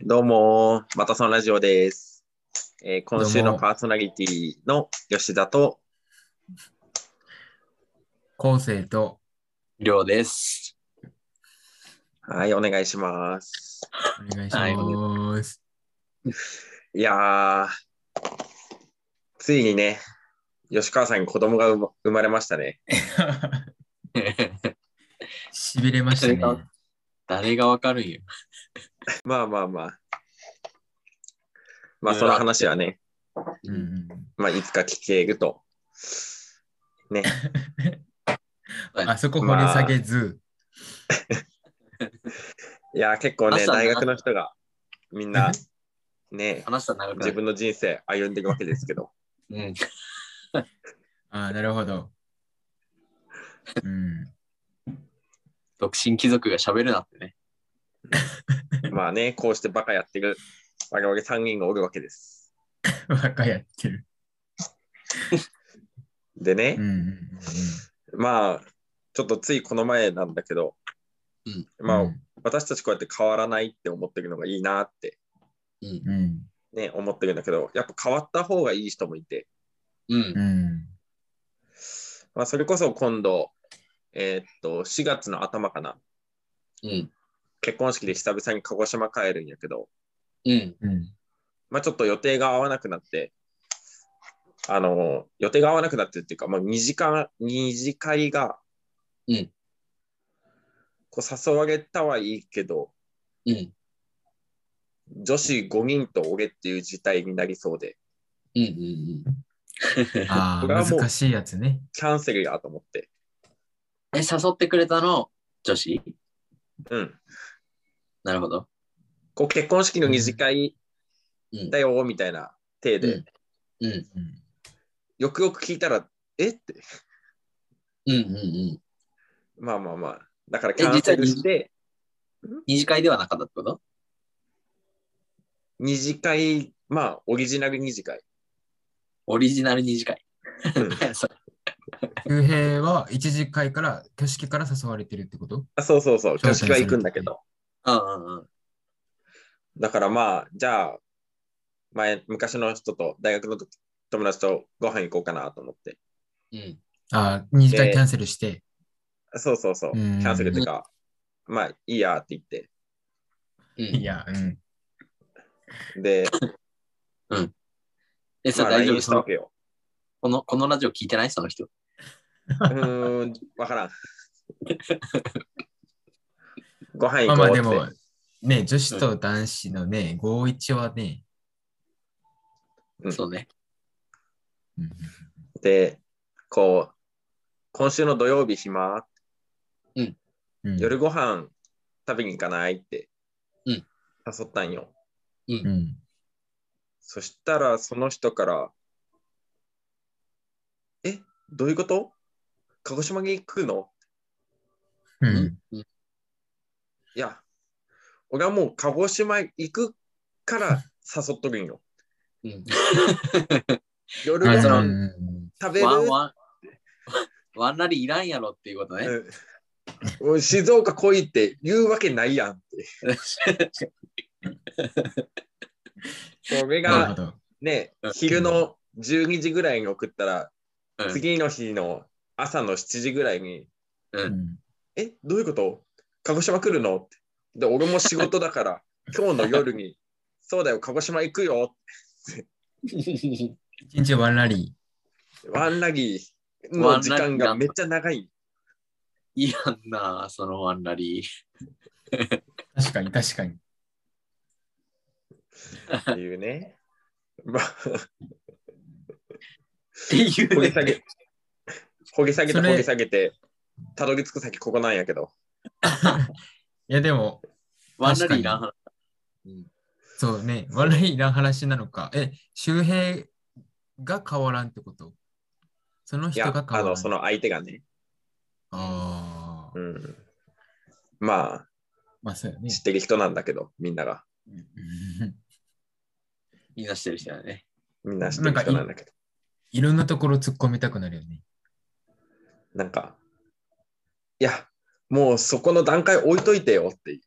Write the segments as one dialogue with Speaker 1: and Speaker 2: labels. Speaker 1: どうも、またそのラジオです、えー今週のパーソナリティの吉田と、
Speaker 2: 昴生と、
Speaker 3: りょうです。
Speaker 1: はい、お願いします。
Speaker 2: お願いします。
Speaker 1: いやー、ついにね、吉川さんに子供が生ま生まれましたね。
Speaker 2: しびれましたね。
Speaker 3: 誰がわかるんよ。
Speaker 1: まあまあまあ。まあ、その話はね、
Speaker 2: うんうん
Speaker 1: まあ、いつか聞けると。ね、
Speaker 2: あそこ掘り下げず、
Speaker 1: いやー、結構ね、
Speaker 3: 朝な
Speaker 1: 大学の人がみんな、ね、
Speaker 3: 話したら長くな
Speaker 1: 自
Speaker 3: る。
Speaker 1: 分の人生歩んでいくわけですけど、
Speaker 3: うん。
Speaker 2: ああ、なるほど。うん、
Speaker 3: 独身貴族が喋るなってね。
Speaker 1: まあね、こうしてバカやってる我々3人がおるわけです。
Speaker 2: バカやってる。
Speaker 1: で
Speaker 2: うん
Speaker 1: ね、
Speaker 2: うんうん
Speaker 1: まあ、ちょっとついこの前なんだけど、
Speaker 3: うん
Speaker 2: うん、
Speaker 1: まあ、
Speaker 2: うん
Speaker 1: 私たちこうやって変わらないって思ってるのがいいなって、
Speaker 3: うん。
Speaker 2: うん
Speaker 1: ね、思ってるんだけど、やっぱ変わった方がいい人もいて、
Speaker 3: うん
Speaker 2: う。ん
Speaker 1: まあ、それこそ今度、えーっと、4月の頭かな、
Speaker 3: うん。
Speaker 1: 結婚式で久々に鹿児島帰るんやけど、
Speaker 3: うん。
Speaker 2: うん
Speaker 1: まあ、ちょっと予定が合わなくなって、あの、予定が合わなくなってっていうか、まあ、二次会、二次会が、
Speaker 3: うん
Speaker 1: こう誘われたはいいけど、
Speaker 3: うん。
Speaker 1: 女子5人と俺っていう事態になりそうで、
Speaker 3: うん。うん。
Speaker 2: ああ、
Speaker 1: これはもう
Speaker 2: 難しいやつね。
Speaker 1: キャンセルやと思って。
Speaker 3: え、誘ってくれたの女子
Speaker 1: うん。
Speaker 3: なるほど。
Speaker 1: こう結婚式の二次会
Speaker 3: うん
Speaker 1: だ。よ、みたいな体で、
Speaker 3: うんうん。
Speaker 2: うん
Speaker 1: よくよく聞いたら、えって。
Speaker 3: うん。うん。うん。
Speaker 1: まあまあまあ。だからキャンセルして、
Speaker 3: 二次会ではなかったってこと
Speaker 1: 二次会、まあ、オリジナル二次会。
Speaker 3: オリジナル二次会。 そ
Speaker 2: 周平は一次会から、挙式から誘われてるってこと
Speaker 1: あそうそうそう、
Speaker 2: そう
Speaker 1: 挙式は行くんだけど。
Speaker 3: うんうんうん。
Speaker 1: だからまあ、じゃあ、前、昔の人と、大学の時友達とご飯行こうかなと思って。
Speaker 3: うん。
Speaker 2: ああ、二次会
Speaker 1: で
Speaker 2: キャンセルして。
Speaker 1: そうそうそう、
Speaker 2: う
Speaker 1: キ
Speaker 2: ん
Speaker 1: ャンセルっていうか、まあ、いいやって言って。
Speaker 3: うん、
Speaker 2: いや、うん。
Speaker 1: で、
Speaker 3: え、さ、
Speaker 1: まあ、
Speaker 3: 大丈
Speaker 1: LINE
Speaker 3: 夫
Speaker 1: し
Speaker 3: そ
Speaker 1: たわ
Speaker 3: の
Speaker 1: けよ。
Speaker 3: この、このラジオ聞いてないその人。
Speaker 1: うーん、わからん。ご飯行
Speaker 2: まあ
Speaker 1: こ
Speaker 2: ま
Speaker 1: う
Speaker 2: あ、
Speaker 1: って。
Speaker 2: でも、ね、女子と男子のね、合一はね、
Speaker 1: うん
Speaker 3: そうね。
Speaker 2: うん
Speaker 1: で、こう、今週の土曜日暇、
Speaker 2: うん、
Speaker 1: 夜ご飯食べに行かないって
Speaker 3: うん
Speaker 1: 誘ったんよ。
Speaker 2: うん、
Speaker 1: そしたら、その人から、え、どういうこと鹿児島に行くの
Speaker 2: う。
Speaker 3: うんうん。
Speaker 1: いや、俺はもう鹿児島行くから誘っとるんよ。
Speaker 3: うん。
Speaker 1: 夜ご
Speaker 3: あその
Speaker 1: 飯
Speaker 2: ん
Speaker 1: 食べる
Speaker 3: ワンワン。ワンラリーいらんやろっていうことね。
Speaker 1: うんうん静岡来いって言うわけないやんって。 これ
Speaker 2: なるほ
Speaker 1: が
Speaker 2: ど。
Speaker 1: ね
Speaker 3: うん、
Speaker 1: 昼の12時ぐらいに送ったら、
Speaker 3: うん
Speaker 1: 次の日の朝の7時ぐらいに、
Speaker 2: うん
Speaker 1: え、どういうこと鹿児島来るのって。で、俺も仕事だ から、今日の夜に、そうだよ、鹿児島行くよ。
Speaker 2: 一日ワンラリ
Speaker 1: ワンラギーの時間がめっちゃ長い。
Speaker 3: いらんな、そのワンラリー。
Speaker 2: ー。確かに、確かに。
Speaker 1: っていう ね。まあ、
Speaker 3: っていう、ね。
Speaker 1: 掘り下げ、掘り下げて
Speaker 2: それ
Speaker 1: 掘り下げて、たどり着く先ここなんやけど。
Speaker 2: いや、でも、
Speaker 3: ワンラリーいらん話。
Speaker 2: そうね、ワンラリーな話なのか。え、周平が変わらんってことその
Speaker 1: い
Speaker 2: 人
Speaker 1: や
Speaker 2: が、
Speaker 1: あ
Speaker 2: 変わらん。
Speaker 1: の、その相手がね。
Speaker 2: あー
Speaker 1: うんま
Speaker 2: まあ、そうよ
Speaker 1: あ、
Speaker 2: ね。
Speaker 1: 知ってる人なんだけど、みんなが。
Speaker 2: うん
Speaker 3: みんなしてる人だね。
Speaker 1: みんな知ってる人なんだけど。
Speaker 2: いろんなところ突っ込みたくなるよね。
Speaker 1: なんか、いや、もうそこの段階置いといてよっていう。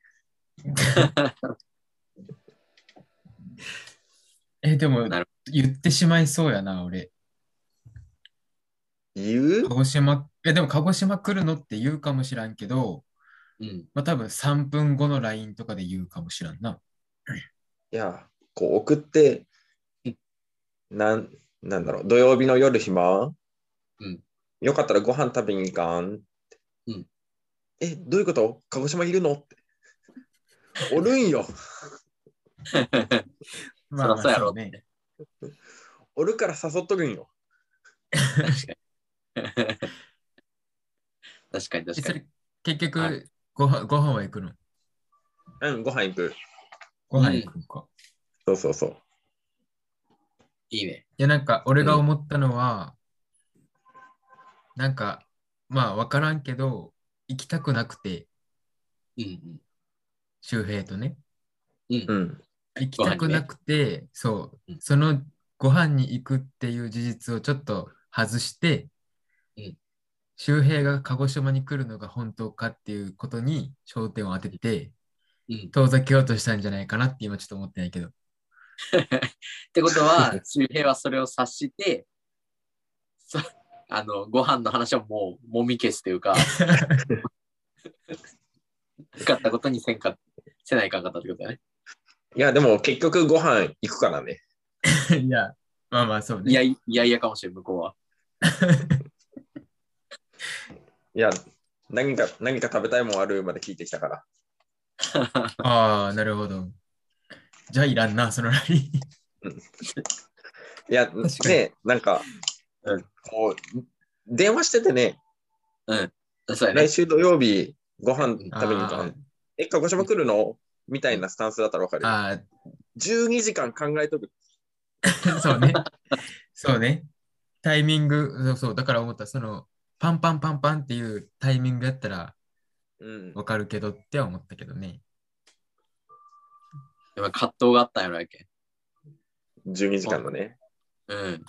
Speaker 2: え、でも
Speaker 3: なる、
Speaker 2: 言ってしまいそうやな、俺。
Speaker 1: 言う
Speaker 2: 鹿児島、え、でも鹿児島来るのって言うかもしらんけど、
Speaker 3: うん。
Speaker 2: まあ多分3分後の LINE とかで言うかもしらんな。
Speaker 1: いや、こう送って、なん、なんだろう、土曜日の夜暇
Speaker 3: うん
Speaker 1: よかったらご飯食べに行かん
Speaker 3: うん
Speaker 1: え、どういうこと鹿児島いるのって。おるんよ。
Speaker 2: まあまあ、
Speaker 3: そらそうやろ
Speaker 2: うね。
Speaker 1: おるから誘っとるんよ。
Speaker 3: 確かに。確かに
Speaker 2: え
Speaker 3: 確か
Speaker 2: そ
Speaker 3: に。
Speaker 2: れ、結
Speaker 3: は
Speaker 2: 局、ご飯ご飯は行くの
Speaker 1: うん、ご飯行く。
Speaker 2: ご飯行くんか。
Speaker 1: そうそうそう。
Speaker 3: いいね。
Speaker 2: いや、なんか、俺が思ったのは、なんか、まあ、わからんけど、行きたくなくて、
Speaker 3: うん
Speaker 2: 周平とね。
Speaker 3: うん。う。
Speaker 1: うんん。
Speaker 2: 行きたくなくて、そう
Speaker 3: うん、
Speaker 2: そのご飯に行くっていう事実をちょっと外して、
Speaker 3: うん
Speaker 2: 周平が鹿児島に来るのが本当かっていうことに焦点を当てて、
Speaker 3: うん、
Speaker 2: 遠ざけようとしたんじゃないかなって今ちょっと思ってないけど。
Speaker 3: ってことは、周平はそれを察して、そあの、ご飯の話をもう、もみ消す というか、使ったことにせんか、せないかんかったってことだね。
Speaker 1: いや、でも結局ご飯行くからね。
Speaker 2: いや、まあまあそうね。
Speaker 3: いや、いやいやかもしれん、向こうは。
Speaker 1: いや、何か、何か食べたいもんあるまで聞いてきたから。
Speaker 2: ああ、なるほど。じゃあいらんな、そのラリー。
Speaker 1: いや、
Speaker 2: 確かに
Speaker 1: ね、なんか、
Speaker 3: うん
Speaker 1: こう、電話しててね、
Speaker 3: そうやね
Speaker 1: 来。週土曜日ご飯 食べに行く
Speaker 2: あ
Speaker 1: か
Speaker 2: ー
Speaker 1: え、鹿児島来るのみたいなスタンスだったらわかるよ。
Speaker 2: あ
Speaker 1: 12時間考えとく。
Speaker 2: ー、 そうね。そうね。タイミング、そうそう、だから思った、その、パンパンパンパンっていうタイミングやったら、
Speaker 1: うん。
Speaker 2: わかるけどっては思ったけどね。
Speaker 3: でも葛藤があったんやろやけん。
Speaker 1: 12時間のね。
Speaker 3: うん。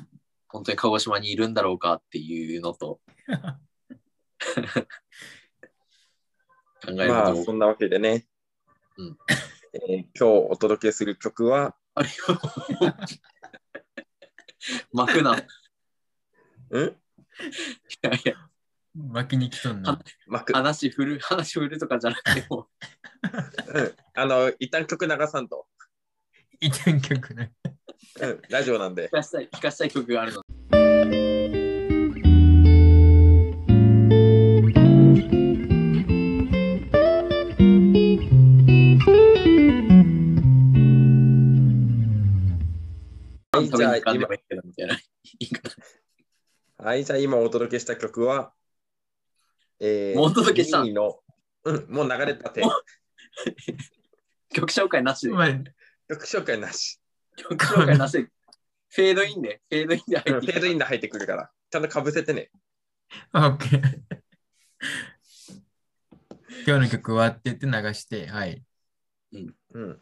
Speaker 3: 本当に鹿児島にいるんだろうかっていうのと 考える
Speaker 1: ま
Speaker 3: と
Speaker 1: あ、
Speaker 3: も
Speaker 1: そんなわけでね。
Speaker 3: うん
Speaker 1: えー今日お届けする曲は、
Speaker 3: あれよ巻 くな。い
Speaker 1: うん
Speaker 3: やいや
Speaker 2: 巻きに来とんな。
Speaker 1: マク。
Speaker 3: 話振る、 話振るとかじゃなくても、
Speaker 1: うん。あの、一旦曲流さんと。
Speaker 2: 一点曲ね。
Speaker 1: うん。ラジオなんで
Speaker 3: 聞。かしたい、聞かしたい曲があるの。
Speaker 1: はい、
Speaker 3: 食
Speaker 1: じ
Speaker 3: べ
Speaker 1: ゃ
Speaker 3: に
Speaker 1: あ
Speaker 3: 行かんで
Speaker 1: 今
Speaker 3: も、いいけどみたいな。
Speaker 1: はい、じゃあ今お届けした曲は、えー、
Speaker 3: もうお届けした
Speaker 1: ミニの、うん、もう流れたて。
Speaker 3: 曲紹介なしで。
Speaker 2: まあ、
Speaker 1: 曲紹介なし。
Speaker 3: 曲紹介なしで。フェードインで、フェードインで
Speaker 1: うん
Speaker 3: 入
Speaker 1: フ
Speaker 3: っ
Speaker 1: ェ
Speaker 3: て
Speaker 1: ードインで入ってくるから、ちゃんとかぶせてね。
Speaker 2: あ OK。今日の曲はって言って流して、はい。
Speaker 1: うん、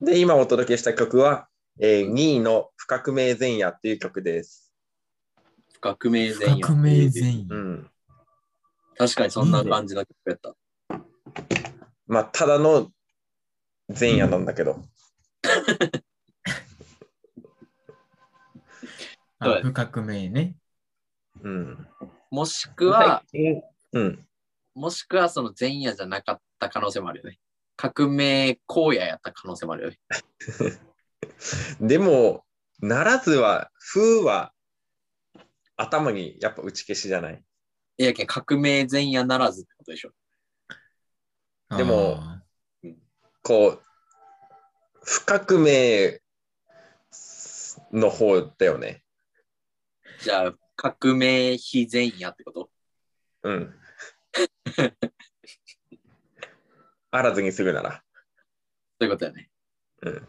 Speaker 1: で、今お届けした曲は、えー、2位の不革命前夜っていう曲です。
Speaker 3: 革命前夜。
Speaker 2: 革命前
Speaker 1: う
Speaker 2: 夜。
Speaker 1: ん。
Speaker 3: 確かにそんな感じの曲やった。
Speaker 1: まあ、ただの前夜なんだけど、
Speaker 3: そう
Speaker 2: あ
Speaker 3: や
Speaker 2: 不革命ね。
Speaker 1: うん。
Speaker 3: もしくは、
Speaker 1: 最近、うん。
Speaker 3: もしくはその前夜じゃなかった可能性もあるよね。革命荒野やった可能性もあるよね。
Speaker 1: でも、ならずは、風は頭にやっぱ打ち消しじゃない。
Speaker 3: いやけん革命前夜ならずってことでしょ。
Speaker 1: でも
Speaker 2: あ
Speaker 1: こう、不革命の方だよね。
Speaker 3: じゃあ、革命非前夜ってこと
Speaker 1: うん。あらずにするなら。
Speaker 3: そういうことやね。
Speaker 1: うん。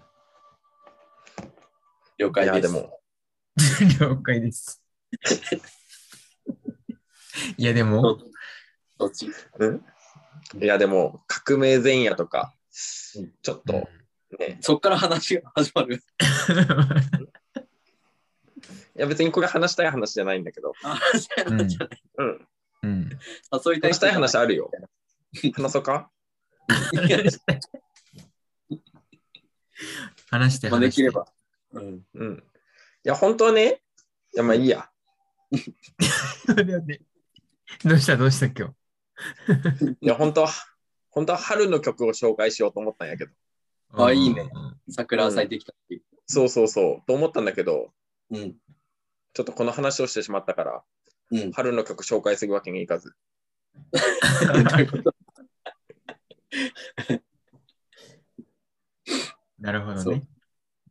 Speaker 3: 了
Speaker 1: い
Speaker 3: 解
Speaker 1: や、
Speaker 3: です。
Speaker 1: でも、
Speaker 2: ー了解です。 いや、で
Speaker 3: ど
Speaker 2: も、
Speaker 3: っどっち
Speaker 1: うん、いやでも革命前夜とか、
Speaker 3: うん
Speaker 1: ちょっとね、
Speaker 3: そっから話が始まる。
Speaker 1: いや別にこれ話したい話じゃないんだけど、
Speaker 3: あ
Speaker 2: うん
Speaker 1: うん、
Speaker 2: うん。
Speaker 3: 誘いたい
Speaker 1: 話したい話あるよ
Speaker 3: みたいな。
Speaker 1: 話そうか
Speaker 2: 話して。
Speaker 3: まあ、できれば。うん。
Speaker 1: うん。いや、本当はね、いや、まあいいや。
Speaker 2: どうしたどうした今日。
Speaker 1: いや、本当は、本当は春の曲を紹介しようと思ったんやけど。
Speaker 3: あいいね
Speaker 2: うん。
Speaker 3: 桜咲いてきたっていう。
Speaker 1: そうそうそう、と思ったんだけど、
Speaker 3: うん。
Speaker 1: ちょっとこの話をしてしまったから、
Speaker 3: うん。
Speaker 1: 春の曲紹介するわけにいかず。
Speaker 3: どういうこと
Speaker 2: なるほど
Speaker 3: そ
Speaker 2: ね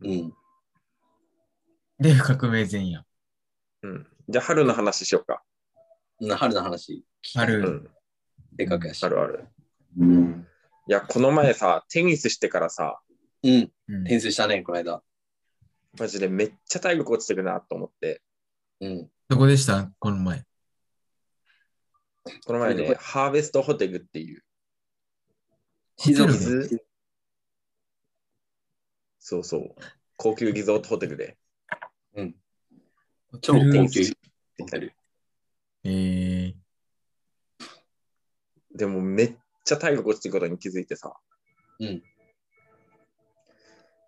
Speaker 3: う。うん。
Speaker 2: で、革命前夜。
Speaker 1: うん。じゃあ、春の話しようか。
Speaker 3: うん春の話、
Speaker 1: う
Speaker 2: 春。
Speaker 1: ん。
Speaker 3: でかくやし
Speaker 1: あ。るある。
Speaker 3: うん。
Speaker 1: いや、この前さ、テニスしてからさ、
Speaker 3: うん。
Speaker 2: うん
Speaker 3: 転生したね、この間。
Speaker 1: マジでめっちゃ体力落ちてるなと思って、
Speaker 3: うん。
Speaker 2: どこでしたこの前。
Speaker 1: この前
Speaker 3: そういう
Speaker 1: ね
Speaker 3: こ、
Speaker 1: ハーベストホテルっていう、
Speaker 3: 静岡
Speaker 2: ホテル
Speaker 1: でそうそう、高級リゾートホテルで
Speaker 3: うん。超
Speaker 2: ホテル
Speaker 3: 高級。
Speaker 1: できたり。
Speaker 2: えー、
Speaker 1: でもめっちゃ体力落ちてることに気づいてさ。
Speaker 3: うん。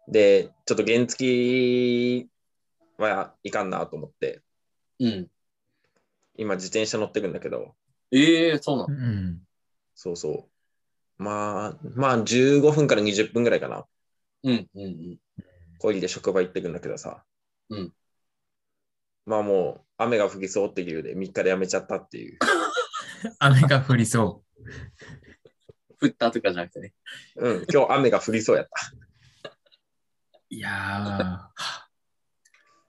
Speaker 1: で、ちょっと原付はいかんなと思って、
Speaker 3: うん。
Speaker 1: 今自転車乗ってくんだけど、
Speaker 3: ええそうな
Speaker 2: う
Speaker 3: の。
Speaker 2: ん。
Speaker 1: そうそう。まあ、まあ15分から20分ぐらいかな。
Speaker 3: うん。うん。うん。
Speaker 1: こぎで職場行ってくんだけどさ。
Speaker 3: うん。
Speaker 1: まあもう雨が降りそうっていう理由で3日でやめちゃったっていう。
Speaker 2: 雨が降りそ
Speaker 3: 振ったとかじゃなくてね。
Speaker 1: うん、今日雨が降りそうやっ
Speaker 2: う。いやー、は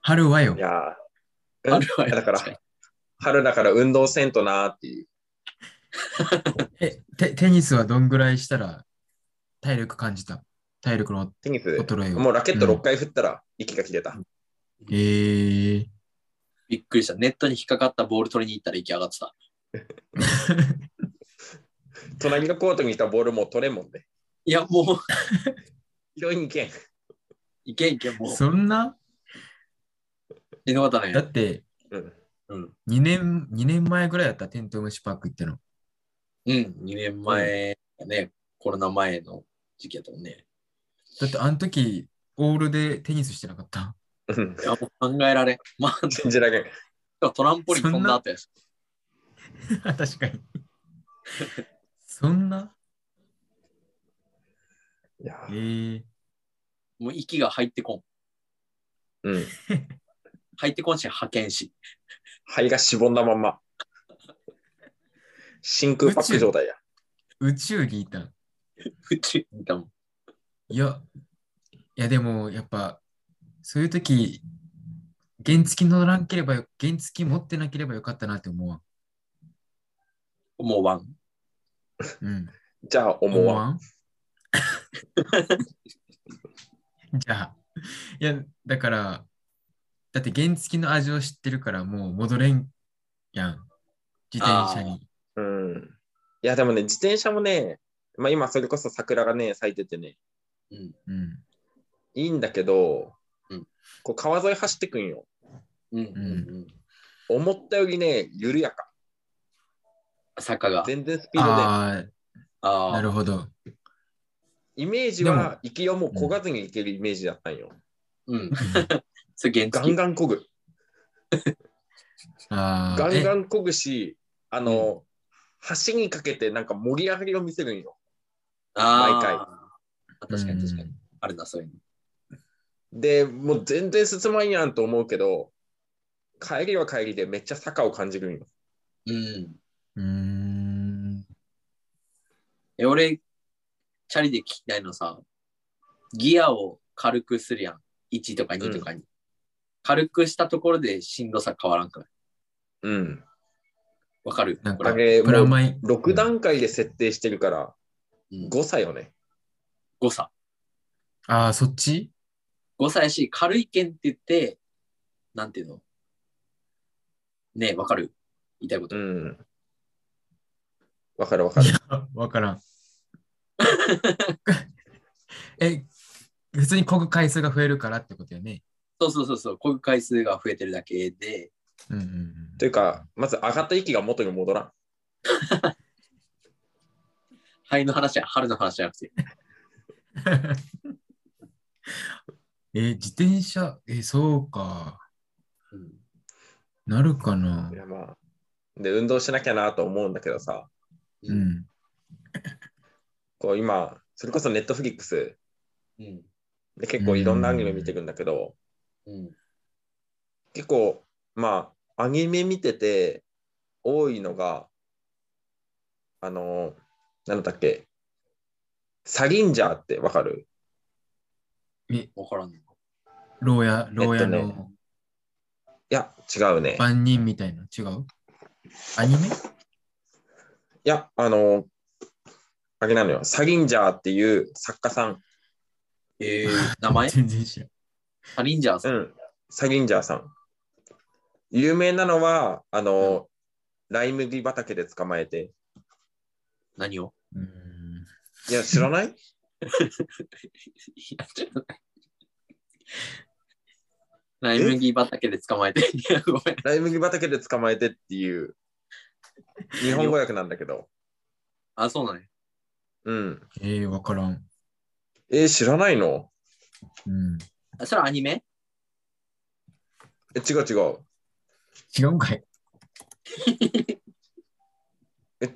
Speaker 2: 春はよ
Speaker 1: た。い。やーうん
Speaker 3: あるわよ
Speaker 1: だから
Speaker 3: 確に
Speaker 1: 春だから運動せんとなーっていう。
Speaker 2: えテ、テニスはどんぐらいしたら体力感じた体力の
Speaker 1: テニス、
Speaker 2: 衰えを。
Speaker 1: もうラケット
Speaker 2: うん
Speaker 1: 6回振ったら息が切れた。
Speaker 2: えー、
Speaker 3: びっくりした。ネットに引っかかったボール取りに行ったら行き上がってた。
Speaker 1: 隣のコートにいたボールもう取れんもんね。
Speaker 3: いや、もう、
Speaker 1: 拾いに行けん。
Speaker 3: いけいけ、もう。
Speaker 2: そんな
Speaker 3: えのかった
Speaker 2: だ
Speaker 3: ね。
Speaker 2: って
Speaker 1: うん。
Speaker 3: うん。
Speaker 2: 2年、二年前ぐらいだったらテントウムシパーク行ったの。
Speaker 3: うん。2年前、ね、コロナ前の時期やったもんね。
Speaker 2: だってあの時、オールでテニスしてなかった。
Speaker 1: うん
Speaker 3: いや、もう考えられん。 まあ、
Speaker 1: 信じられん。
Speaker 3: トランポリン飛んだ後やし。
Speaker 2: 確かに。そんない
Speaker 1: や
Speaker 2: えー、
Speaker 3: もう息が入ってこん。
Speaker 1: うん。
Speaker 3: 入ってこんし、派遣し。
Speaker 1: 肺がしぼんだまんま。真空パック状態や。
Speaker 2: 宇宙にいた。
Speaker 3: 宇宙にいたもん。
Speaker 2: いや、いやでもやっぱ、そういう時、原付乗らんければよ、原付持ってなければよかったなって思うわ。
Speaker 3: もうワン。
Speaker 2: うん。
Speaker 1: じゃあ思わん。
Speaker 2: ん じゃあ、いや、だから、だって原付の味を知ってるからもう戻れんやん。自転車に。
Speaker 1: うん。いやでもね、自転車もね、まあ、今それこそ桜がね、咲いててね、
Speaker 3: うん。
Speaker 2: うん。
Speaker 1: いいんだけど、
Speaker 3: うん
Speaker 1: こう川沿い走ってくんよ。
Speaker 3: うん。うん。うん。
Speaker 1: 思ったよりね、緩やか。
Speaker 3: 坂が。
Speaker 1: 全然スピードで。
Speaker 2: ああ、
Speaker 3: あ
Speaker 2: な
Speaker 3: あ。
Speaker 2: るほど。
Speaker 1: イメージは、行きをもうこがずに行けるイメージだったんよ。
Speaker 3: うん。それ
Speaker 1: ガ
Speaker 3: 原
Speaker 1: ン
Speaker 3: 付。
Speaker 1: ガンこぐ。
Speaker 2: あ
Speaker 1: ガンガ
Speaker 2: ン。
Speaker 1: ンこぐし、あの、橋にかけてなんか盛り上がりを見せるんよ。
Speaker 3: あ
Speaker 1: 毎回
Speaker 3: あ。確かに確かに。
Speaker 2: に。
Speaker 3: あるな、そういうの。
Speaker 1: で、もう全然進まんやんと思うけど、帰りは帰りでめっちゃ坂を感じるんよ。
Speaker 3: うん。
Speaker 2: うーん。
Speaker 3: え、俺、チャリで聞きたいのさ、ギアを軽くするやん。1とか2とかに。軽くしたところでしんどさ変わらんくない
Speaker 1: うん。
Speaker 3: わかる
Speaker 2: なん
Speaker 3: こ
Speaker 2: か
Speaker 1: あ
Speaker 3: れ
Speaker 1: れ、
Speaker 2: プラ
Speaker 1: も
Speaker 2: マイ。
Speaker 1: う6段階で設定してるから、
Speaker 3: うん
Speaker 1: 誤差よね。
Speaker 3: 誤差。
Speaker 2: ああ、そっち
Speaker 3: 誤差やし、軽いけんって言って、なんていうのねえ、わかる言いたいこと
Speaker 1: う。ん。わかるわかる。
Speaker 2: あわからん。え、普通にこぐ回数が増えるからってことよね。
Speaker 3: そうそうそうそう、こういう回数が増えてるだけで、
Speaker 2: うんうんうん。
Speaker 1: というか、まず上がった息が元に戻らん。。
Speaker 3: 肺の話や春の話じゃなくて。
Speaker 2: えー自転車、えーそうか。
Speaker 3: うん
Speaker 2: なるかない
Speaker 1: やまあ。で、運動しなきゃなと思うんだけどさ、
Speaker 2: う
Speaker 3: うん
Speaker 2: ん。
Speaker 1: こう今、それこそネットフリックス
Speaker 3: うん
Speaker 1: で結構いろんなアニメ見てくんだけど、
Speaker 3: うん
Speaker 1: 結構、まあ、アニメ見てて多いのが、あのー、なんだっけ、サリンジャーってわかる
Speaker 3: わからんの
Speaker 2: 牢屋、牢屋
Speaker 1: えっと
Speaker 2: の
Speaker 1: いや、違うね。い
Speaker 2: 番人みたいな。違うアニメ
Speaker 1: や、あのー、あれなのよ、サリンジャーっていう作家さん、
Speaker 3: えー、名前
Speaker 2: 全然知らん。
Speaker 3: サリンジャー
Speaker 1: う
Speaker 3: さん。
Speaker 1: ん、サリンジャーさん。有名なのは、あのー、ライ麦畑で捕まえて。
Speaker 3: 何を
Speaker 2: うーん
Speaker 1: いや、知らない
Speaker 3: いやちょっとライ麦畑で捕まえて。 いやごめん。
Speaker 1: ライ麦畑で捕まえてって いう、日本語訳なんだけど。
Speaker 3: あ、そうなの、ね、
Speaker 1: うん。
Speaker 2: えー、わからん。
Speaker 1: えー知らないの
Speaker 2: うん。
Speaker 3: あそれはアニメ
Speaker 1: え違う違う。
Speaker 2: 違うんかい。
Speaker 1: え、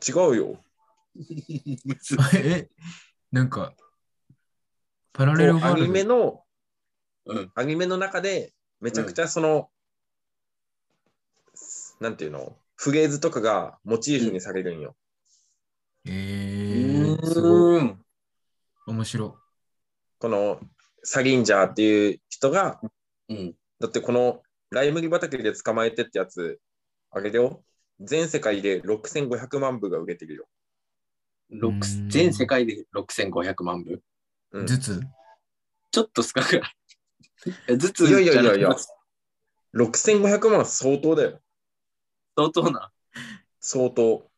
Speaker 1: 違うよ。
Speaker 2: え、なんか、パラ
Speaker 1: こ
Speaker 2: レル
Speaker 1: う
Speaker 2: ワ
Speaker 1: ア
Speaker 2: ー
Speaker 1: ニメ
Speaker 2: ルド。
Speaker 1: の、
Speaker 3: うん。
Speaker 1: アニメの中で、めちゃくちゃその、なんていうの、フレーズとかがモチーフにされるんよ。
Speaker 2: え
Speaker 3: う
Speaker 2: ー、すごい。
Speaker 3: ーん。
Speaker 2: 面白
Speaker 1: このサリンジャーっていう人が、
Speaker 3: うん。
Speaker 1: だってこのライ麦畑で捕まえてってやつ、あれだよ。全世界で6500万部が売れてるよ。
Speaker 3: 六
Speaker 2: うん
Speaker 3: 全世界で6500万部。
Speaker 1: う
Speaker 2: い。
Speaker 1: ん
Speaker 2: 頭痛
Speaker 3: ちょっと少な くない頭痛
Speaker 1: いやいやいやいや
Speaker 3: じゃなくて
Speaker 1: 6500万は相当だよ。
Speaker 3: 相当な。
Speaker 1: 相当。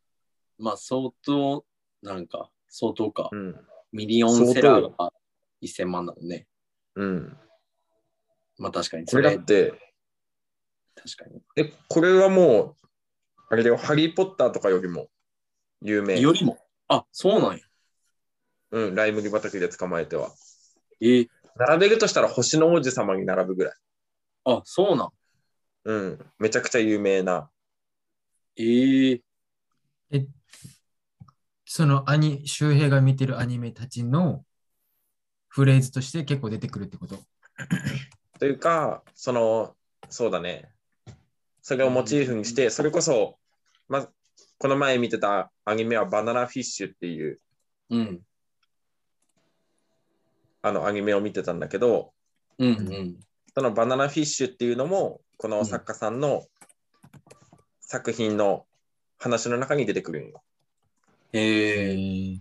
Speaker 3: まあ相当、なんか、相当か
Speaker 1: う。ん。
Speaker 3: ミリオンセラーが1000万だもんね。
Speaker 1: うん。
Speaker 3: まあ確かに。
Speaker 1: こ
Speaker 3: そ
Speaker 1: れだ
Speaker 3: れ、
Speaker 1: っ
Speaker 3: 確
Speaker 1: て、
Speaker 3: か
Speaker 1: え、これはもう、あれだよ、ハリー・ポッターとかよりも有名
Speaker 3: に。。よりも。あ、そうなんや。
Speaker 1: うん、ライ麦畑で捕まえては。
Speaker 3: えー
Speaker 1: 並べるとしたら星の王子様に並ぶぐらい。
Speaker 3: あ、そうなん。
Speaker 1: うん、めちゃくちゃ有名な。
Speaker 3: ええ
Speaker 2: え、そのアニ、周平が見てるアニメたちのフレーズとして結構出てくるってこと
Speaker 1: というか、その、そうだね。それをモチーフにして、それこそ、ま、この前見てたアニメはバナナフィッシュっていう
Speaker 3: うん。
Speaker 1: あのアニメを見てたんだけど、
Speaker 3: うんうん。
Speaker 1: そのバナナフィッシュっていうのも、この作家さんの作品の話の中に出てくるんよ。
Speaker 3: ええ
Speaker 2: え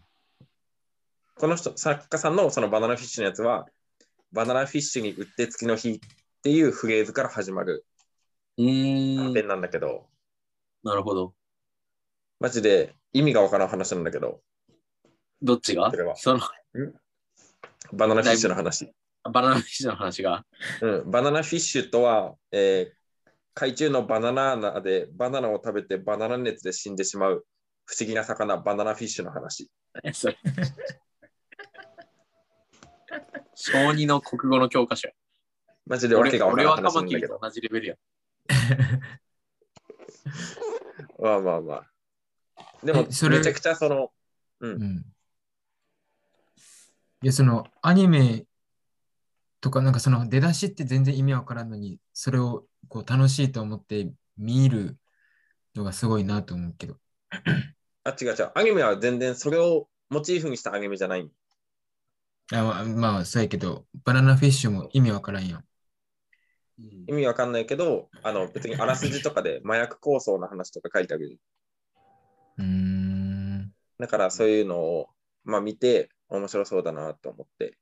Speaker 1: この人、作家さんのそのバナナフィッシュのやつは、バナナフィッシュにうってつきの日っていうフレーズから始まる
Speaker 3: うー
Speaker 1: 短
Speaker 3: ん。
Speaker 1: 編なんだけど、
Speaker 3: なるほど。
Speaker 1: マジで意味がわからん話なんだけど、
Speaker 3: どっちが
Speaker 1: それは
Speaker 3: その、
Speaker 1: バナナフィッシュの話。
Speaker 3: バナナフィッシュの話が。
Speaker 1: うん、バナナフィッシュとは、えー海中のバナナ穴でバナナを食べてバナナ熱で死んでしまう不思議な魚、バナナフィッシュの話。
Speaker 3: えそれ。小2の国語の教科書や。
Speaker 1: マジでわけ
Speaker 3: 俺
Speaker 1: がわか
Speaker 3: 俺
Speaker 1: らん
Speaker 3: は
Speaker 1: 話
Speaker 3: カ
Speaker 1: な
Speaker 3: マ
Speaker 1: ん
Speaker 3: キ
Speaker 1: だ
Speaker 3: リ
Speaker 1: け
Speaker 3: と
Speaker 1: ど。
Speaker 3: 同じレベルや。
Speaker 1: まあまあまあ。でも、
Speaker 2: えそれ
Speaker 1: めちゃくちゃその、
Speaker 2: ー、うん。 いや、そのアニメとか、なんかその出だしって全然意味わからんのに、それをこう楽しいと思って見るのがすごいなと思うけど。
Speaker 1: あ、違う違う。アニメは全然それをモチーフにしたアニメじゃない。
Speaker 2: あまあ、まあ、そうやけど、バナナフィッシュも意味わからんやん。
Speaker 3: うん
Speaker 1: 意味わかんないけど、あの別にあらすじとかで麻薬構想の話とか書いてある。
Speaker 2: うーん。
Speaker 1: だからそういうのを、まあ、見て面白そうだなと思って。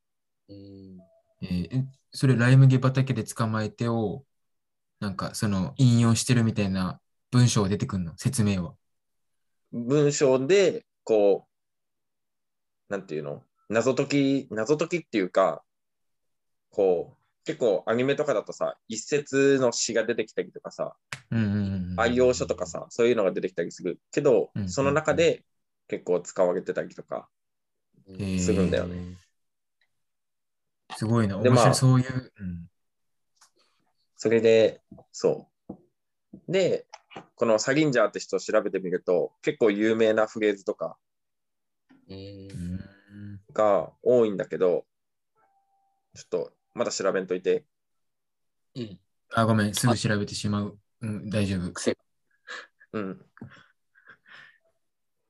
Speaker 3: うん
Speaker 2: えーえそれ、ライ麦畑で捕まえてを、なんかその引用してるみたいな文章出てくんの、説明は。
Speaker 1: 文章で、こう、なんていうの謎解き、謎解きっていうか、こう、結構アニメとかだとさ、一節の詩が出てきたりとかさ、
Speaker 2: うんうんうんうん。
Speaker 1: 愛用書とかさ、そういうのが出てきたりするけど
Speaker 2: う、ん
Speaker 1: その中で結構使われてたりとか、
Speaker 2: えー
Speaker 1: するんだよね。
Speaker 2: すごいな。面
Speaker 1: で
Speaker 2: 白い、
Speaker 1: まあ
Speaker 2: そういう。うん。
Speaker 1: それで、そう。で、このサリンジャーって人を調べてみると、結構有名なフレーズとか
Speaker 3: う
Speaker 2: う
Speaker 3: ん
Speaker 2: ん
Speaker 1: が多いんだけど、ちょっとまだ調べんといて。
Speaker 3: うん。
Speaker 2: あ、ごめん、すぐ調べてしまう。うん、大丈夫。
Speaker 3: 癖が。
Speaker 1: うん。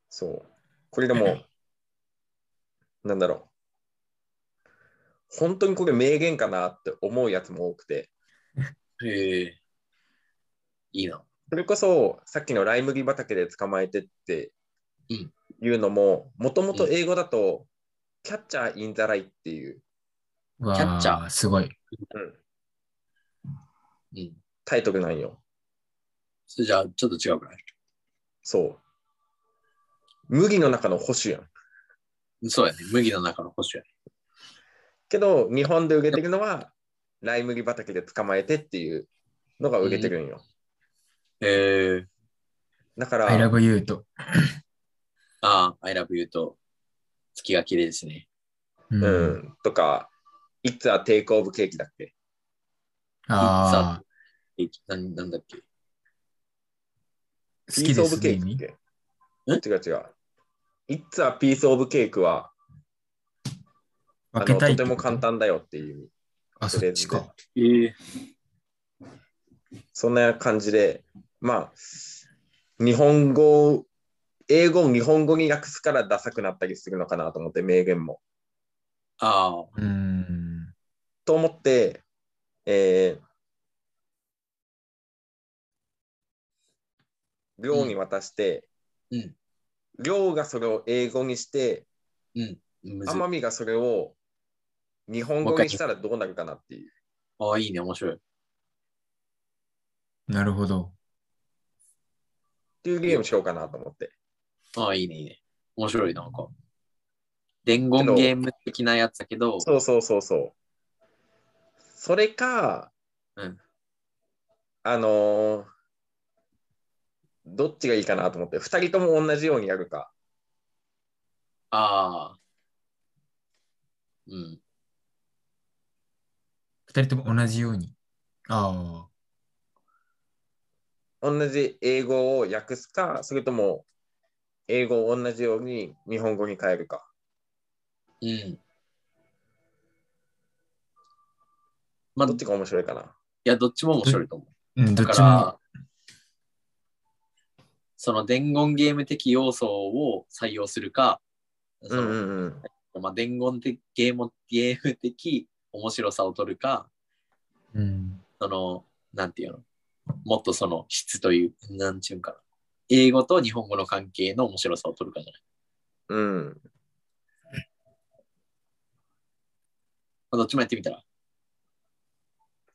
Speaker 1: そう。これでも、なんだろう。本当にこれ名言かなって思うやつも多くて、
Speaker 3: へえ。いいな。
Speaker 1: それこそさっきのライ麦畑で捕まえてって
Speaker 3: うん
Speaker 1: いうのも、もともと
Speaker 3: うん
Speaker 1: 英語だと、キャッチャーインザライっていう
Speaker 2: わ
Speaker 3: キャッチャ
Speaker 2: ー、すごい。
Speaker 3: うん。
Speaker 1: タイトルなんよ。
Speaker 3: それじゃあ、ちょっと違うから
Speaker 1: そう。麦の中の保守やん。
Speaker 3: い。そうやね。麦の中の保守やね。
Speaker 1: けど、日本で売れてるのは、ライ麦畑で捕まえてっていうのが売れてるんよ。
Speaker 3: へえ。
Speaker 1: だから、
Speaker 2: I love you と。
Speaker 3: ああ、I love you と、月が綺麗ですね。
Speaker 2: う
Speaker 1: う。ん、とか、いつはテイクオブケーキだっけ
Speaker 2: ああ、
Speaker 3: えなんなんだっけ
Speaker 2: 好
Speaker 1: ピー
Speaker 2: き
Speaker 1: ス
Speaker 2: で
Speaker 1: オブ
Speaker 2: す
Speaker 1: ケ
Speaker 2: ね。
Speaker 1: ーキだっけ違う違う。いつはピースオブケーキはあ
Speaker 2: 分
Speaker 1: の
Speaker 2: けたい
Speaker 1: と
Speaker 2: っ
Speaker 1: て
Speaker 2: てこと
Speaker 1: も簡。単だよっていう意味。
Speaker 2: あ、そっちか。
Speaker 3: ええ
Speaker 1: そんな感じで、まあ、日本語、英語を日本語に訳すからダサくなったりするのかなと思って、名言も。
Speaker 3: ああ、
Speaker 2: うん。
Speaker 1: と思って、えー、寮に渡して、
Speaker 3: うん。
Speaker 1: 寮がそれを英語にして、
Speaker 3: むずい
Speaker 1: 天海がそれを日本語にしたらどうなるかなっていう。
Speaker 3: ああ、いいね、面白い。
Speaker 2: なるほど。
Speaker 1: っていうゲームしようかなと思って。
Speaker 3: ああ、いいね、いいね。面白い、なんか。伝言ゲーム的なやつだけど、
Speaker 1: そうそうそうそう。それか、
Speaker 3: うん
Speaker 1: あのーどっちがいいかなと思って、2人とも同じようにやるか。
Speaker 3: ああ。うん。
Speaker 2: 二人とも同じように。ああ。
Speaker 1: 同じ英語を訳すか、それとも英語を同じように日本語に変えるか。
Speaker 3: うん。ま
Speaker 1: ど
Speaker 3: あ、ど
Speaker 1: っ
Speaker 3: っち
Speaker 1: ちが面白いかな。
Speaker 3: いや、どっちも面白いと思う。
Speaker 2: うん、ど
Speaker 3: だ
Speaker 2: っ
Speaker 3: か
Speaker 2: ちも
Speaker 3: ら、その伝言ゲーム的要素を採用するか、そ
Speaker 1: うん
Speaker 3: の
Speaker 1: うんうん。
Speaker 3: まあ、伝言的ゲームゲーム的面白さを取るか、
Speaker 2: うん。
Speaker 3: その、なんていうの、もっとその質という、なんちゅうんかな。英語と日本語の関係の面白さを取るかじゃない。
Speaker 1: うん。
Speaker 3: まあ、どっちもやってみたら。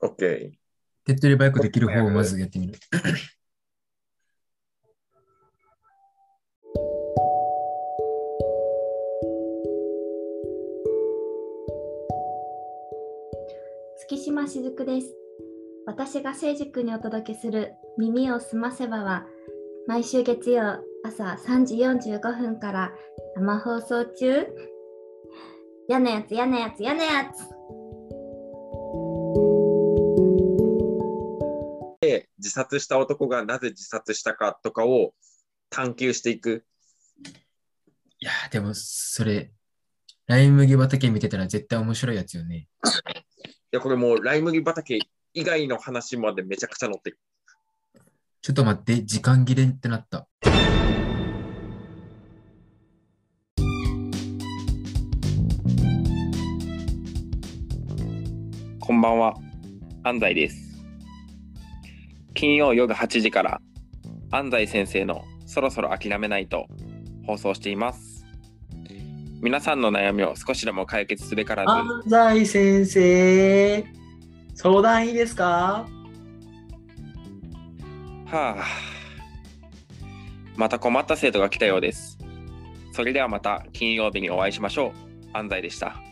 Speaker 1: OK。
Speaker 2: 手っ取り早くできる方をまずやってみる。
Speaker 4: 月島しずくです。私が聖司君にお届けする耳をすませばは、毎週月曜朝3時45分から生放送中。嫌なやつ、嫌なやつ、嫌なやつ。
Speaker 1: 自殺した男がなぜ自殺したかとかを探求していく。
Speaker 2: いやー、でも、それ、ライ麦畑見てたら絶対面白いやつよね。
Speaker 1: いや、これもうライ麦畑以外の話までめちゃくちゃ載ってる。
Speaker 2: ちょっと待って、時間切れってなった。
Speaker 1: こんばんは、安西です。金曜夜8時から安西先生のそろそろ諦めないと放送しています。皆さんの悩みを少しでも解決すべからず、
Speaker 5: 安西先生、相談いいですか
Speaker 1: はあ、また困った生徒が来たようです。それではまた金曜日にお会いしましょう。安西でした。